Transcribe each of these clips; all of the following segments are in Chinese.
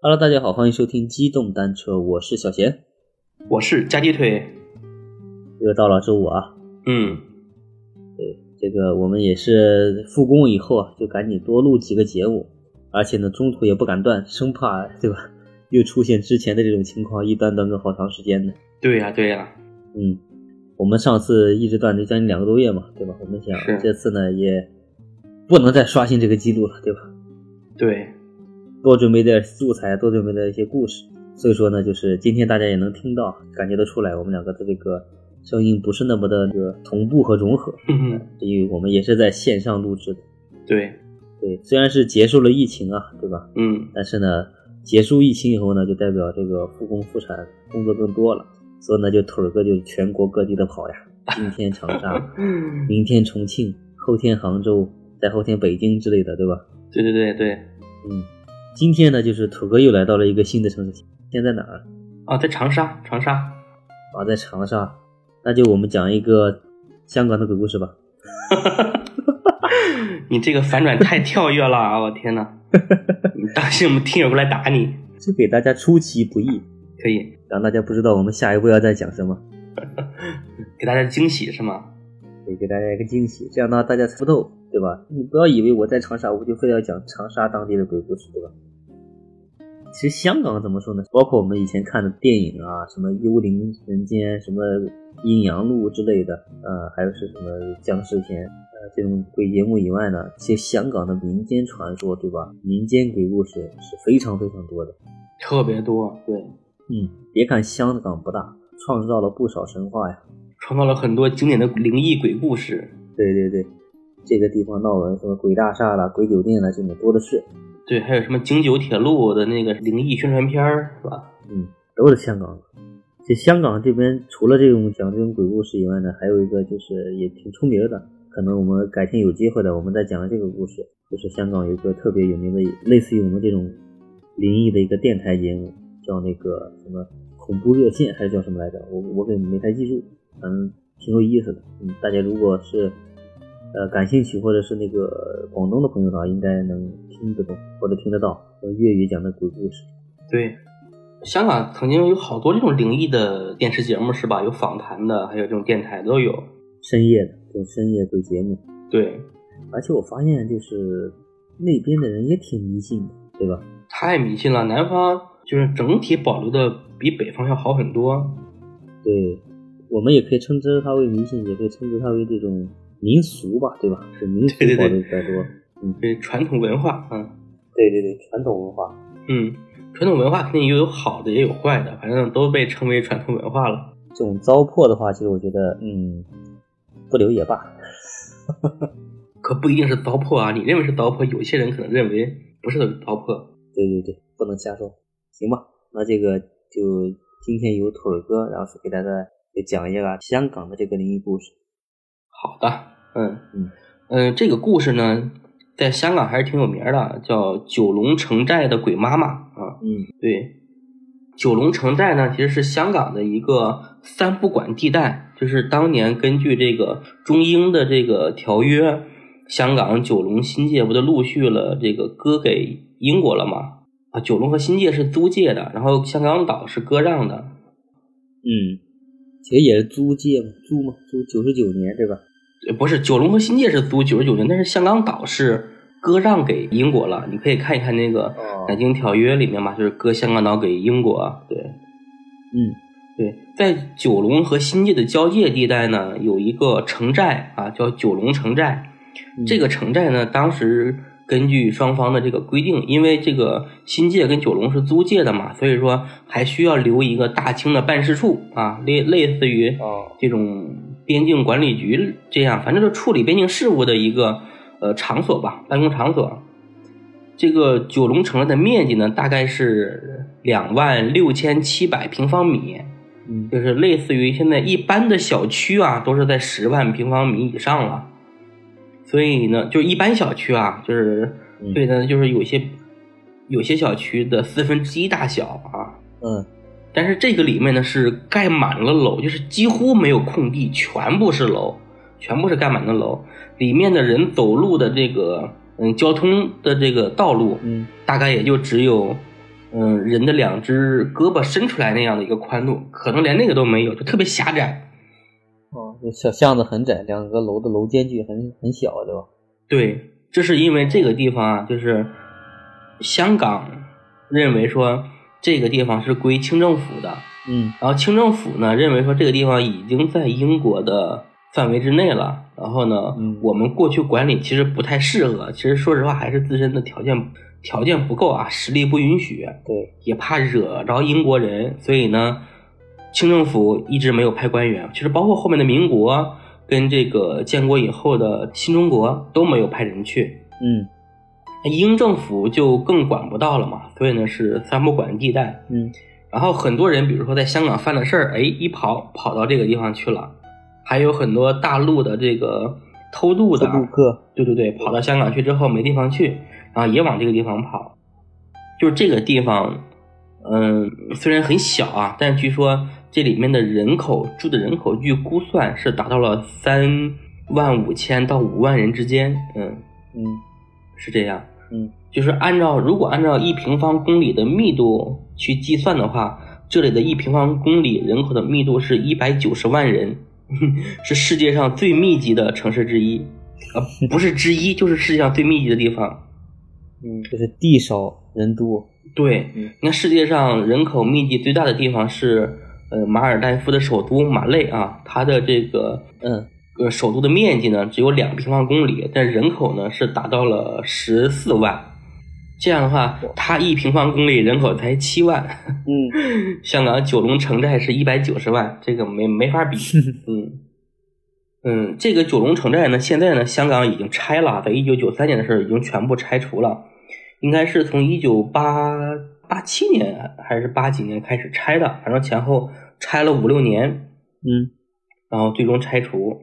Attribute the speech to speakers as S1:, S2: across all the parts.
S1: Hello，大家好，欢迎收听机动单车，我是小贤。
S2: 我是加鸡腿。
S1: 又到了周五啊，
S2: 嗯，
S1: 这个我们也是复工以后啊，就赶紧多录几个节目，而且呢，中途也不敢断，生怕对吧， 又出现之前的这种情况，一断断个好长时间呢。
S2: 对呀、对呀、
S1: 嗯，我们上次一直断就将近两个多月嘛，对吧？我们想
S2: 是
S1: 这次呢也不能再刷新这个记录了，对吧？
S2: 对，
S1: 多准备点素材，多准备点一些故事。所以说呢，就是今天大家也能听到，感觉得出来，我们两个的这个声音不是那么的这个同步和融合，
S2: 哼哼，
S1: 因为我们也是在线上录制的。
S2: 对，
S1: 对，虽然是结束了疫情啊，对吧？
S2: 嗯，
S1: 但是呢，结束疫情以后呢，就代表这个复工复产工作更多了，所以呢，就腿儿哥就全国各地的跑呀，今天长沙，明天重庆，后天杭州，再后天北京之类的，对吧？
S2: 对对对对。
S1: 嗯，今天呢，就是土哥又来到了一个新的城市，现在哪儿
S2: 啊，在长沙，长沙。
S1: 啊？在长沙。那就我们讲一个香港的鬼故事吧。
S2: 你这个反转太跳跃了啊！ 我天呐，你当心我们听友过来打你。
S1: 这给大家出其不意，
S2: 可以
S1: 让大家不知道我们下一步要再讲什么，
S2: 给大家惊喜是吗？
S1: 得给大家一个惊喜，这样呢大家猜不透，对吧？你不要以为我在长沙，我就非要讲长沙当地的鬼故事，对吧？其实香港怎么说呢？包括我们以前看的电影啊，什么《幽灵人间》、什么《阴阳路》之类的，呃，还有是什么僵尸片，呃，这种鬼节目以外呢，其实香港的民间传说，对吧？民间鬼故事是非常非常多的。
S2: 特别多，对，
S1: 嗯，别看香港不大，创造了不少神话呀。
S2: 创造了很多经典的灵异鬼故事。
S1: 对对对，这个地方闹了什么鬼大厦啦、鬼酒店啦，这种多的是。
S2: 对，还有什么京九铁路的那个灵异宣传片儿是吧？
S1: 嗯，都是香港。这香港这边除了这种讲这种鬼故事以外呢，还有一个就是也挺出名的，可能我们改天有机会的，我们再讲这个故事。就是香港有一个特别有名的，类似于我们这种灵异的一个电台节目，叫那个什么恐怖热线还是叫什么来着？我我给没太记住，反正挺有意思的。嗯，大家如果是呃感兴趣或者是那个广东的朋友的话，应该能听得懂或者听得到用粤语讲的鬼故事。
S2: 对，香港曾经有好多这种灵异的电视节目是吧？有访谈的，还有这种电台都有。
S1: 深夜的这种深夜鬼节目，
S2: 对，
S1: 而且我发现就是那边的人也挺迷信的，对吧？
S2: 太迷信了。南方就是整体保留的比北方要好很多。
S1: 对，我们也可以称之它为迷信，也可以称之它为这种民俗吧，对吧？是民俗
S2: 对对
S1: 保
S2: 对
S1: 留比较多。
S2: 对传统文化，嗯
S1: 对对对，传统文化。
S2: 嗯，传统文化肯定也有好的，也有坏的，反正都被称为传统文化了。
S1: 这种糟粕的话，其实我觉得，嗯，不留也罢。
S2: 可不一定是糟粕啊！你认为是糟粕，有些人可能认为不是糟粕。
S1: 对对对，不能瞎说。行吧，那这个就今天由腿儿哥，然后是给大家就讲一下香港的这个灵异故事。
S2: 好的，嗯
S1: 嗯
S2: 嗯，这个故事呢，在香港还是挺有名儿的，叫《九龙城寨的鬼妈妈》啊。
S1: 嗯，
S2: 对，九龙城寨呢，其实是香港的一个三不管地带，就是当年根据这个中英的这个条约，香港、九龙、新界不都陆续了这个割给英国了吗？啊，九龙和新界是租界的，然后香港岛是割让的。
S1: 嗯，其实也是租借嘛，租嘛，租九十九年，对吧？
S2: 呃不是九龙和新界是租九十九年，但是香港岛是割让给英国了。你可以看一看那个
S1: 哦
S2: 《南京条约》里面嘛，就是割香港岛给英国。对，
S1: 嗯
S2: 对，在九龙和新界的交界地带呢，有一个城寨啊，叫九龙城寨。
S1: 嗯
S2: 这个城寨呢，当时根据双方的这个规定，因为这个新界跟九龙是租界的嘛，所以说还需要留一个大清的办事处啊，类类似于
S1: 哦，
S2: 这种边境管理局这样，反正就处理边境事务的一个呃场所吧，办公场所。这个九龙城的面积呢，大概是两万六千七百平方米，
S1: 嗯
S2: 就是类似于现在一般的小区啊，都是在十万平方米以上了。所以呢，就一般小区啊，就是
S1: 嗯
S2: 所以呢，就是有些有些小区的四分之一大小啊，
S1: 嗯，
S2: 但是这个里面呢是盖满了楼，就是几乎没有空地，全部是楼，全部是盖满的楼。里面的人走路的这个嗯交通的这个道路，
S1: 嗯
S2: 大概也就只有嗯，人的两只胳膊伸出来那样的一个宽度，可能连那个都没有，就特别狭窄。
S1: 哦，那小巷子很窄，两个楼的楼间距很很小，对吧？
S2: 对，这是因为这个地方啊，就是香港认为说这个地方是归清政府的，
S1: 嗯
S2: 然后清政府呢认为说这个地方已经在英国的范围之内了，然后呢，
S1: 嗯
S2: 我们过去管理其实不太适合，其实说实话还是自身的条件条件不够啊，实力不允许，
S1: 对，
S2: 也怕惹着英国人，所以呢，清政府一直没有派官员，其实包括后面的民国跟这个建国以后的新中国都没有派人去，
S1: 嗯
S2: 英政府就更管不到了嘛，所以呢是三不管地带，
S1: 嗯
S2: 然后很多人，比如说在香港犯了事儿，哎，一跑跑到这个地方去了，还有很多大陆的这个偷渡的，
S1: 顾客，
S2: 对对对，跑到香港去之后没地方去，然后也往这个地方跑。就是这个地方，嗯，虽然很小啊，但据说这里面的人口住的人口，据估算是达到了三万五千到五万人之间，嗯，
S1: 嗯
S2: 是这样。
S1: 嗯，
S2: 就是按照如果按照一平方公里的密度去计算的话，这里的一平方公里人口的密度是一百九十万人， 是世界上最密集的城市之一，啊、不是之一，就是世界上最密集的地方。
S1: 嗯，就是地少人多，
S2: 对，
S1: 嗯
S2: 你看世界上人口密集最大的地方是呃马尔代夫的首都马累啊，它的这个
S1: 嗯
S2: 呃首都的面积呢只有两平方公里，但人口呢是达到了十四万。这样的话，它一平方公里人口才七万，
S1: 嗯，
S2: 香港九龙城寨是一百九十万，这个没没法比。嗯嗯，这个九龙城寨呢，现在呢，香港已经拆了，在一九九三年的时候已经全部拆除了，应该是从一九八八七年还是八几年开始拆的，反正前后拆了五六年。
S1: 嗯
S2: 然后最终拆除。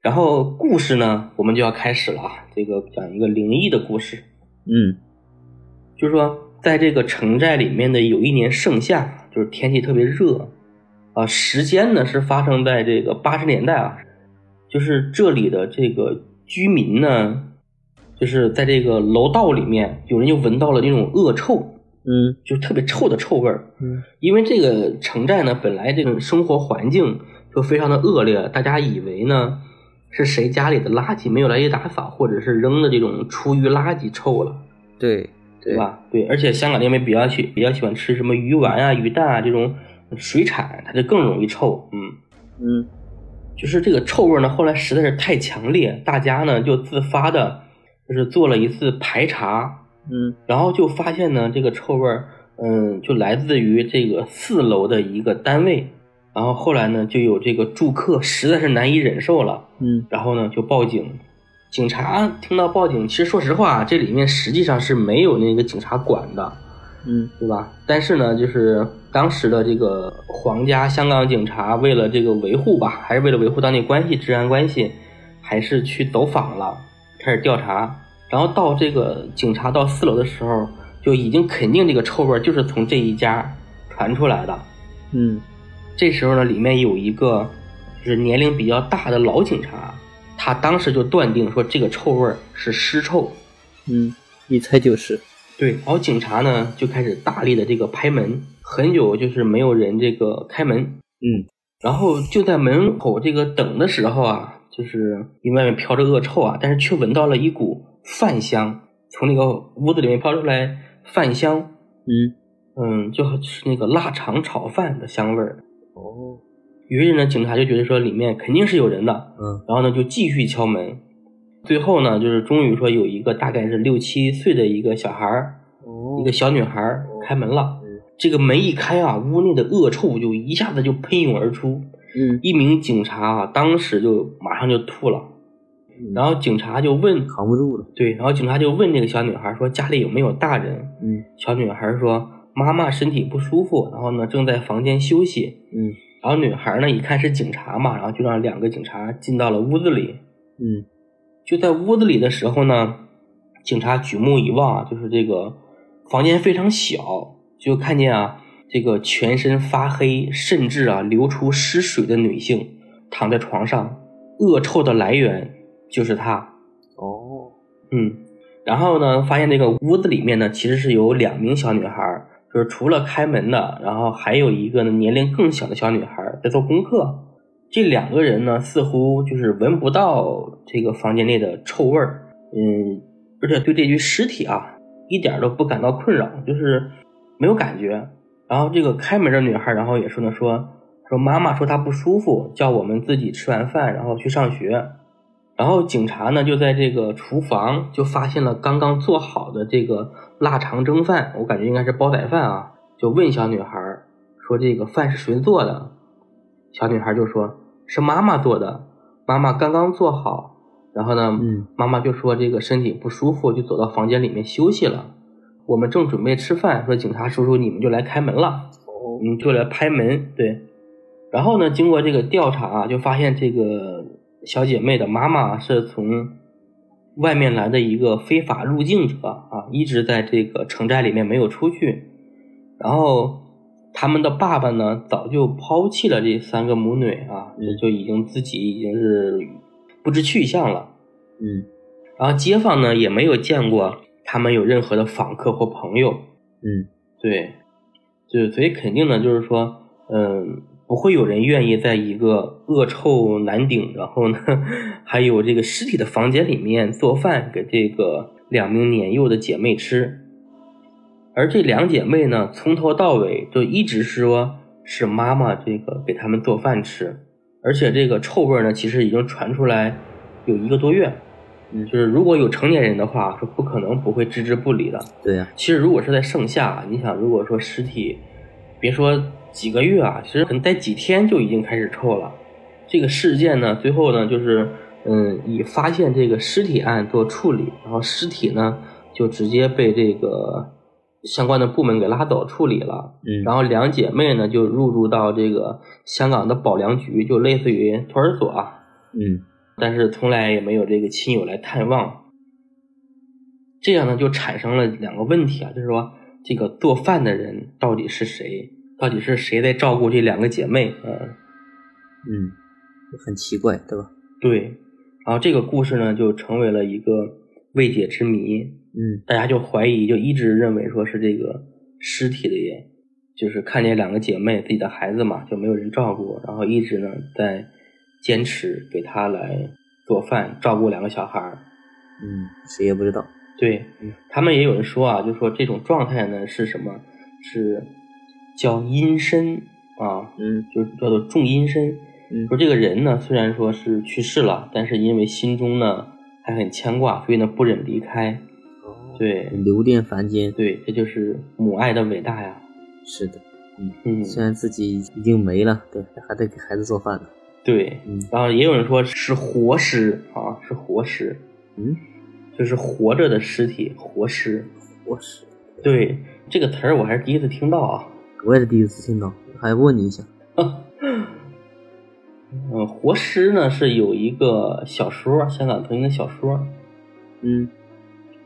S2: 然后故事呢，我们就要开始了啊，这个讲一个灵异的故事，
S1: 嗯
S2: 就是说在这个城寨里面的有一年盛夏，就是天气特别热，啊，时间呢是发生在这个八十年代啊，就是这里的这个居民呢，就是在这个楼道里面，有人就闻到了那种恶臭，
S1: 嗯
S2: 就是特别臭的臭味儿，
S1: 嗯
S2: 因为这个城寨呢，本来这个生活环境就非常的恶劣，大家以为呢是谁家里的垃圾没有来得及打扫，或者是扔的这种厨余垃圾臭了，
S1: 对
S2: 对吧？对，而且香港那边比较喜比较喜欢吃什么鱼丸啊、鱼蛋啊这种水产，它就更容易臭。嗯，
S1: 嗯
S2: 就是这个臭味呢，后来实在是太强烈，大家呢就自发的，就是做了一次排查，
S1: 嗯
S2: 然后就发现呢，这个臭味儿，嗯，就来自于这个四楼的一个单位。然后后来呢，就有这个住客实在是难以忍受了，
S1: 嗯
S2: 然后呢就报警。警察听到报警，其实说实话，啊这里面实际上是没有那个警察管的，
S1: 嗯
S2: 对吧？但是呢，就是当时的这个皇家香港警察为了这个维护吧，还是为了维护当地关系、治安关系，还是去走访了，开始调查。然后到这个警察到四楼的时候，就已经肯定这个臭味儿就是从这一家传出来的。
S1: 嗯
S2: 这时候呢，里面有一个就是年龄比较大的老警察，他当时就断定说这个臭味儿是尸臭。
S1: 嗯，一猜就是，
S2: 对，然后警察呢就开始大力的这个拍门，很久就是没有人这个开门，
S1: 嗯
S2: 然后就在门口这个等的时候啊，就是因为外面飘着恶臭啊，但是却闻到了一股饭香，从那个屋子里面飘出来饭香，
S1: 嗯
S2: 嗯，就是那个腊肠炒饭的香味儿。
S1: 哦
S2: 于是呢，警察就觉得说里面肯定是有人的，
S1: 嗯
S2: 然后呢就继续敲门，最后呢就是终于说有一个大概是六七岁的一个小孩儿，
S1: 哦
S2: 一个小女孩儿开门了
S1: 嗯，
S2: 这个门一开啊，屋内的恶臭就一下子就喷涌而出。
S1: 嗯
S2: 一名警察啊，当时就马上就吐了，然后警察就问，
S1: 扛不住了，
S2: 对，然后警察就问这个小女孩说家里有没有大人？
S1: 嗯
S2: 小女孩说妈妈身体不舒服，然后呢正在房间休息。
S1: 嗯
S2: 然后女孩呢一看是警察嘛，然后就让两个警察进到了屋子里。
S1: 嗯
S2: 就在屋子里的时候呢，警察举目一望啊，就是这个房间非常小，就看见啊，这个全身发黑，甚至啊流出湿水的女性躺在床上，恶臭的来源就是她。
S1: 哦
S2: 嗯，然后呢，发现这个屋子里面呢，其实是有两名小女孩儿，就是除了开门的，然后还有一个呢年龄更小的小女孩儿在做功课。这两个人呢，似乎就是闻不到这个房间内的臭味儿，嗯，而且对这具尸体啊，一点儿都不感到困扰，就是没有感觉。然后这个开门的女孩儿，然后也说呢，说说妈妈说她不舒服，叫我们自己吃完饭然后去上学。然后警察呢就在这个厨房就发现了刚刚做好的这个腊肠蒸饭，我感觉应该是煲仔饭啊，就问小女孩儿说这个饭是谁做的？小女孩就说是妈妈做的，妈妈刚刚做好。然后呢，
S1: 嗯
S2: 妈妈就说这个身体不舒服，就走到房间里面休息了。我们正准备吃饭，说警察叔叔你们就来开门了。
S1: 嗯
S2: 我们就来拍门，对。然后呢，经过这个调查啊，就发现这个小姐妹的妈妈是从外面来的一个非法入境者啊，一直在这个城寨里面没有出去。然后他们的爸爸呢，早就抛弃了这三个母女啊，
S1: 嗯
S2: 就已经自己已经是不知去向了。
S1: 嗯
S2: 然后街坊呢也没有见过他们有任何的访客或朋友，
S1: 嗯
S2: 对，就所以肯定呢，就是说，嗯，不会有人愿意在一个恶臭难顶，然后呢，还有这个尸体的房间里面做饭给这个两名年幼的姐妹吃。而这两姐妹呢，从头到尾就一直说是妈妈这个给她们做饭吃，而且这个臭味儿呢，其实已经传出来有一个多月。
S1: 嗯
S2: 就是如果有成年人的话，是不可能不会置之不理的。
S1: 对啊呀、
S2: 其实如果是在盛夏，啊你想，如果说尸体，别说几个月啊，其实可能待几天就已经开始臭了。这个事件呢，最后呢，就是嗯，以发现这个尸体案做处理，然后尸体呢就直接被这个相关的部门给拉走处理了。
S1: 嗯，
S2: 然后两姐妹呢就入住到这个香港的保良局，就类似于托儿所啊，
S1: 嗯
S2: 但是从来也没有这个亲友来探望。这样呢，就产生了两个问题啊，就是说这个做饭的人到底是谁？到底是谁在照顾这两个姐妹？呃，
S1: 嗯，很奇怪，对吧？
S2: 对。然后这个故事呢，就成为了一个未解之谜，
S1: 嗯
S2: 大家就怀疑，就一直认为说是这个尸体的人，就是看见两个姐妹自己的孩子嘛，就没有人照顾，然后一直呢在坚持给她来做饭，照顾两个小孩儿。
S1: 嗯，谁也不知道。
S2: 对
S1: 嗯，
S2: 他们也有人说啊，就说这种状态呢是什么？是叫阴身啊，
S1: 嗯
S2: 就是叫做重阴身。
S1: 嗯
S2: 说这个人呢，虽然说是去世了，但是因为心中呢还很牵挂，所以呢不忍离开。
S1: 嗯
S2: 对
S1: 留恋凡间。
S2: 对，这就是母爱的伟大呀。
S1: 是的，
S2: 嗯，
S1: 虽然自己已经没了，对，还得给孩子做饭呢。
S2: 对。
S1: 嗯
S2: 然后也有人说是活尸啊，是活尸，
S1: 嗯，
S2: 就是活着的尸体，活尸。
S1: 我是，
S2: 对这个词儿，我还是第一次听到啊。
S1: 我也是第一次听到，还问你一下。
S2: 嗯，活尸呢是有一个小说，香港同名的小说。
S1: 嗯，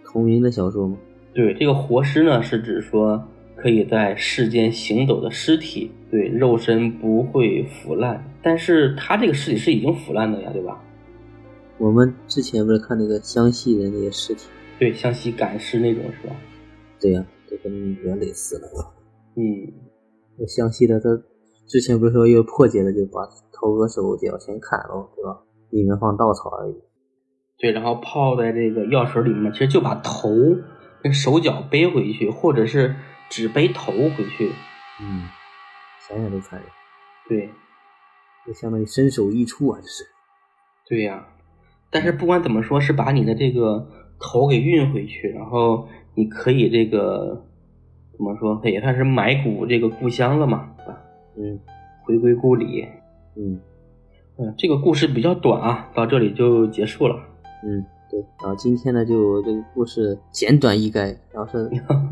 S1: 同名的小说吗？
S2: 对，这个活尸呢是指说可以在世间行走的尸体，对，肉身不会腐烂，但是它这个尸体是已经腐烂的呀，对吧？
S1: 我们之前不是看那个湘西人那些尸体？
S2: 对，像吸赶尸那种是吧？
S1: 对呀、这跟人类似了。
S2: 嗯，
S1: 那湘西的他之前不是说要破解了，就把头和手脚全砍了，对吧？里面放稻草而已。
S2: 对，然后泡在这个药水里面，其实就把头跟手脚背回去，或者是只背头回去。
S1: 嗯，想想都残忍，
S2: 对，
S1: 就相当于身首异处啊，这是。
S2: 对呀、但是不管怎么说，是把你的这个头给运回去，然后你可以这个怎么说，它也算是埋骨这个故乡了嘛，是吧
S1: 嗯
S2: 回归故里。
S1: 嗯
S2: 嗯，这个故事比较短啊，到这里就结束了。
S1: 嗯，对。然后今天呢，就这个故事简短易赅，然后是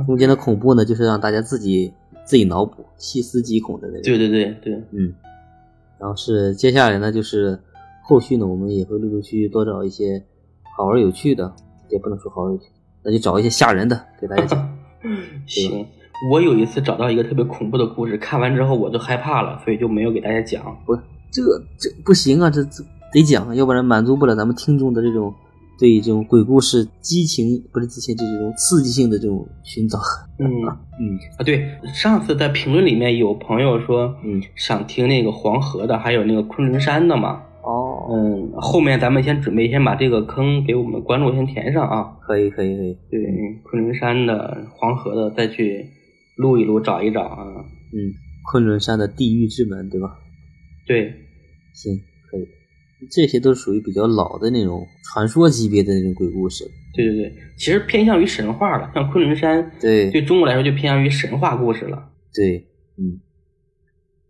S1: 中间的恐怖呢，就是让大家自己自己脑补，细思极恐的那种。
S2: 对对对对，
S1: 嗯，然后是接下来呢，就是后续呢，我们也会陆陆续续多找一些好玩有趣的，也不能说好玩有趣，那就找一些吓人的给大家讲。
S2: 嗯行。我有一次找到一个特别恐怖的故事，看完之后我都害怕了，所以就没有给大家讲。
S1: 啊这这不行啊，这这得讲，要不然满足不了咱们听众的这种对这种鬼故事激情不是激情，就是这种刺激性的这种寻找。
S2: 嗯
S1: 嗯
S2: 啊，对，上次在评论里面有朋友说，
S1: 嗯，
S2: 想听那个黄河的，还有那个昆仑山的嘛。
S1: 哦，
S2: 嗯，后面咱们先准备先把这个坑给我们观众先填上啊。
S1: 可以可以可以，
S2: 对，
S1: 嗯
S2: 昆仑山的、黄河的，再去录一录、找一找啊。
S1: 嗯，昆仑山的地狱之门，对吧？
S2: 对，
S1: 行，可以。这些都属于比较老的那种传说级别的那种鬼故事。
S2: 对对对，其实偏向于神话了，像昆仑山
S1: 对
S2: 对中国来说就偏向于神话故事了。
S1: 对，嗯，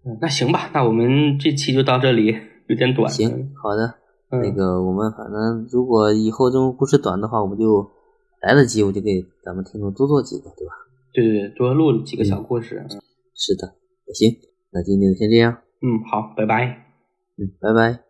S2: 嗯那行吧，那我们这期就到这里，有点短。
S1: 行，好的。
S2: 嗯，
S1: 那个我们反正如果以后这种故事短的话，我们就来得及，我就给咱们听众多做几个，对吧？
S2: 对对对，多录几
S1: 嗯
S2: 个小故事。嗯
S1: 是的，行，那今天就先这样，
S2: 嗯，好，拜拜。
S1: 嗯，拜拜。